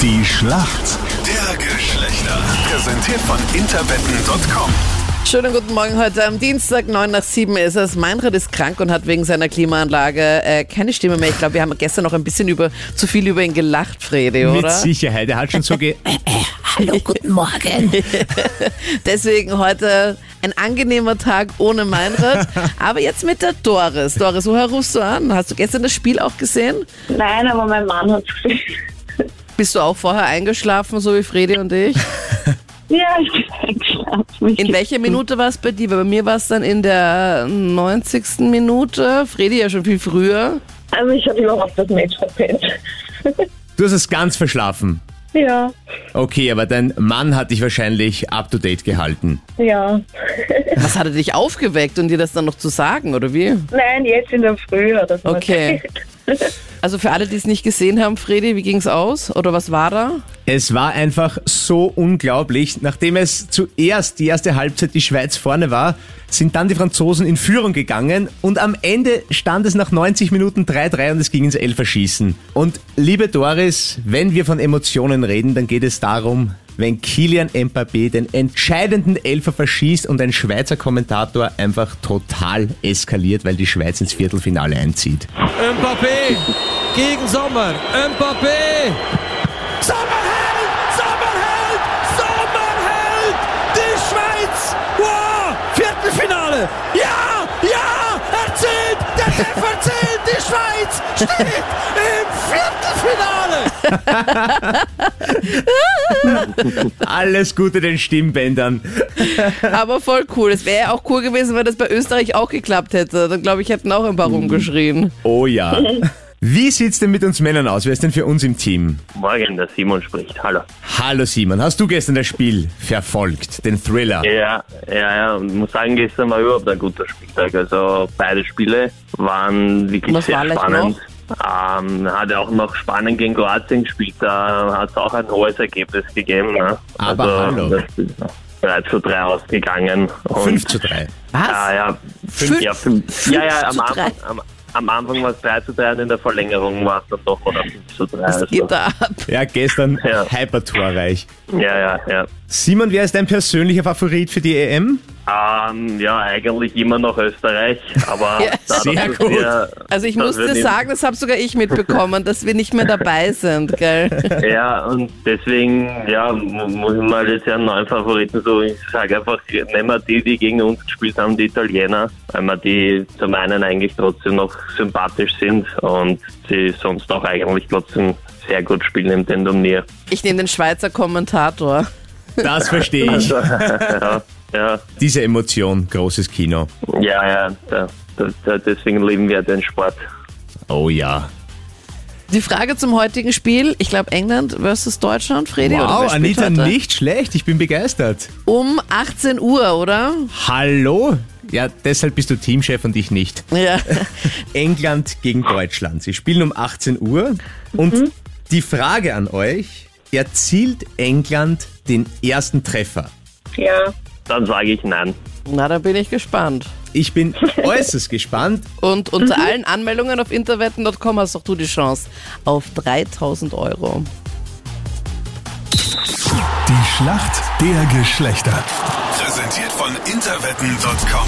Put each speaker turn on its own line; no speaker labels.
Die Schlacht der Geschlechter. Präsentiert von interwetten.com.
Schönen guten Morgen heute am Dienstag, 9 nach 7 ist es. Meinrad ist krank und hat wegen seiner Klimaanlage äh, keine Stimme mehr. Ich glaube, wir haben gestern noch ein bisschen über zu viel über ihn gelacht, Fredi,
Mit
oder?
Sicherheit. Er hat schon so ge
Hallo, guten Morgen.
Deswegen heute ein angenehmer Tag ohne Meinrad. aber jetzt mit der Doris. Doris, woher rufst du an? Hast du gestern das Spiel auch gesehen?
Nein, aber mein Mann hat es gesehen.
Bist du auch vorher eingeschlafen, so wie Fredi und ich?
Ja, ich bin eingeschlafen. Ich-
In welcher Minute war es bei dir? Weil Bei mir war es dann in der 90. Minute. Fredi ja schon viel früher.
Also ich habe überhaupt das Match verpennt.
Du hast es ganz verschlafen.
ja,
Okay, aber dein Mann hat dich wahrscheinlich up to date gehalten.
ja.
Was hat er dich aufgeweckt und dir das dann noch zu sagen, oder wie?
Nein, jetzt in der Früh hat das
Okay. Also für alle, die es nicht gesehen haben, Fredi, wie ging's aus? Oder was war da?
Es war einfach so unglaublich. Nachdem es zuerst die erste Halbzeit die Schweiz vorne war, sind dann die Franzosen in Führung gegangen und am Ende stand es nach 90 Minuten 3-3 und es ging ins Elferschießen. Und liebe Doris, wenn wir von Emotionen reden, dann geht es darum, wenn Kilian Mbappé den entscheidenden Elfer verschießt und ein Schweizer Kommentator einfach total eskaliert, weil die Schweiz ins Viertelfinale einzieht.
Mbappé gegen Sommer. Mbappé. Sommerheld! Sommerheld! Sommerheld! Die Schweiz! Wow! Viertelfinale! Ja! Ja! Er zählt! Der Treffer zählt! Die Schweiz steht im Viertelfinale!
Alles Gute den Stimmbändern.
Aber voll cool. Es wäre ja auch cool gewesen, wenn das bei Österreich auch geklappt hätte. Dann glaube ich, hätten auch ein paar
Mhm.
rumgeschrien.
Oh ja. Wie sieht's denn mit uns Männern aus? Wer ist denn für uns im Team?
Morgen, der Simon spricht. Hallo.
Hallo Simon, hast du gestern das Spiel verfolgt? Den Thriller?
Ja, ja, ja. Und muss sagen, gestern war überhaupt ein guter Spieltag. Also beide Spiele waren wirklich
Was
sehr
war gleich
spannend. Ähm, hat ja auch noch Spanien gegen Kroatien gespielt. Da hat es auch ein hohes Ergebnis gegeben. Ne?
Aber hallo.
Das ist 3 zu 3 ausgegangen.
5
Und, ah,
zu 3.
Ja, ja.
Fünf-
ja, fünf,
fünf
ja, ja, am
zu drei.
Anfang, am, am Anfang war es 3 zu 3 und in der Verlängerung war es dann doch oder 5 zu 3. Also,
Geht da ab.
Ja, gestern
Ja.
hypertorreich.
ja, ja, ja.
Simon, wer ist dein persönlicher Favorit für die E EM?
Ähm, ja, eigentlich immer noch Österreich, aber
Ja,
dadurch,
sehr
dass
gut.
wir-
Also ich
dass
muss
wir
dir
den-
sagen, das habe sogar ich mitbekommen, dass wir nicht mehr dabei sind, gell?
Ja, und deswegen, ja, mu- muss ich mal jetzt ja einen neuen Favoriten suchen. Ich sage einfach, nehmen wir die, die gegen uns gespielt haben, die Italiener, weil wir die zum einen eigentlich trotzdem noch sympathisch sind und sie sonst auch eigentlich trotzdem sehr gut spielen im dem Turnier.
Ich nehme den Schweizer Kommentator.
Das verstehe ich.
Also, ja, ja,
Diese Emotion, großes Kino.
ja, ja da, da, da, deswegen lieben wir den Sport.
Oh ja.
Die Frage zum heutigen Spiel, ich glaube England versus Deutschland, Fredi. oder wer
Wow,
spielt
Anita,
heute?
nicht schlecht. Ich bin begeistert.
Um 18 Uhr, oder?
Hallo? Ja, deshalb bist du Teamchef und ich nicht.
Ja.
England gegen Deutschland. Sie spielen um 18 Uhr. Und
Mhm.
die Frage an euch: Erzielt England den ersten Treffer?
Ja,
Dann sage ich nein.
Na, da bin ich gespannt.
Ich bin äußerst gespannt.
Und unter allen Anmeldungen auf interwetten.com hast auch du die Chance auf 3000 Euro.
Die Schlacht der Geschlechter. Präsentiert von interwetten.com.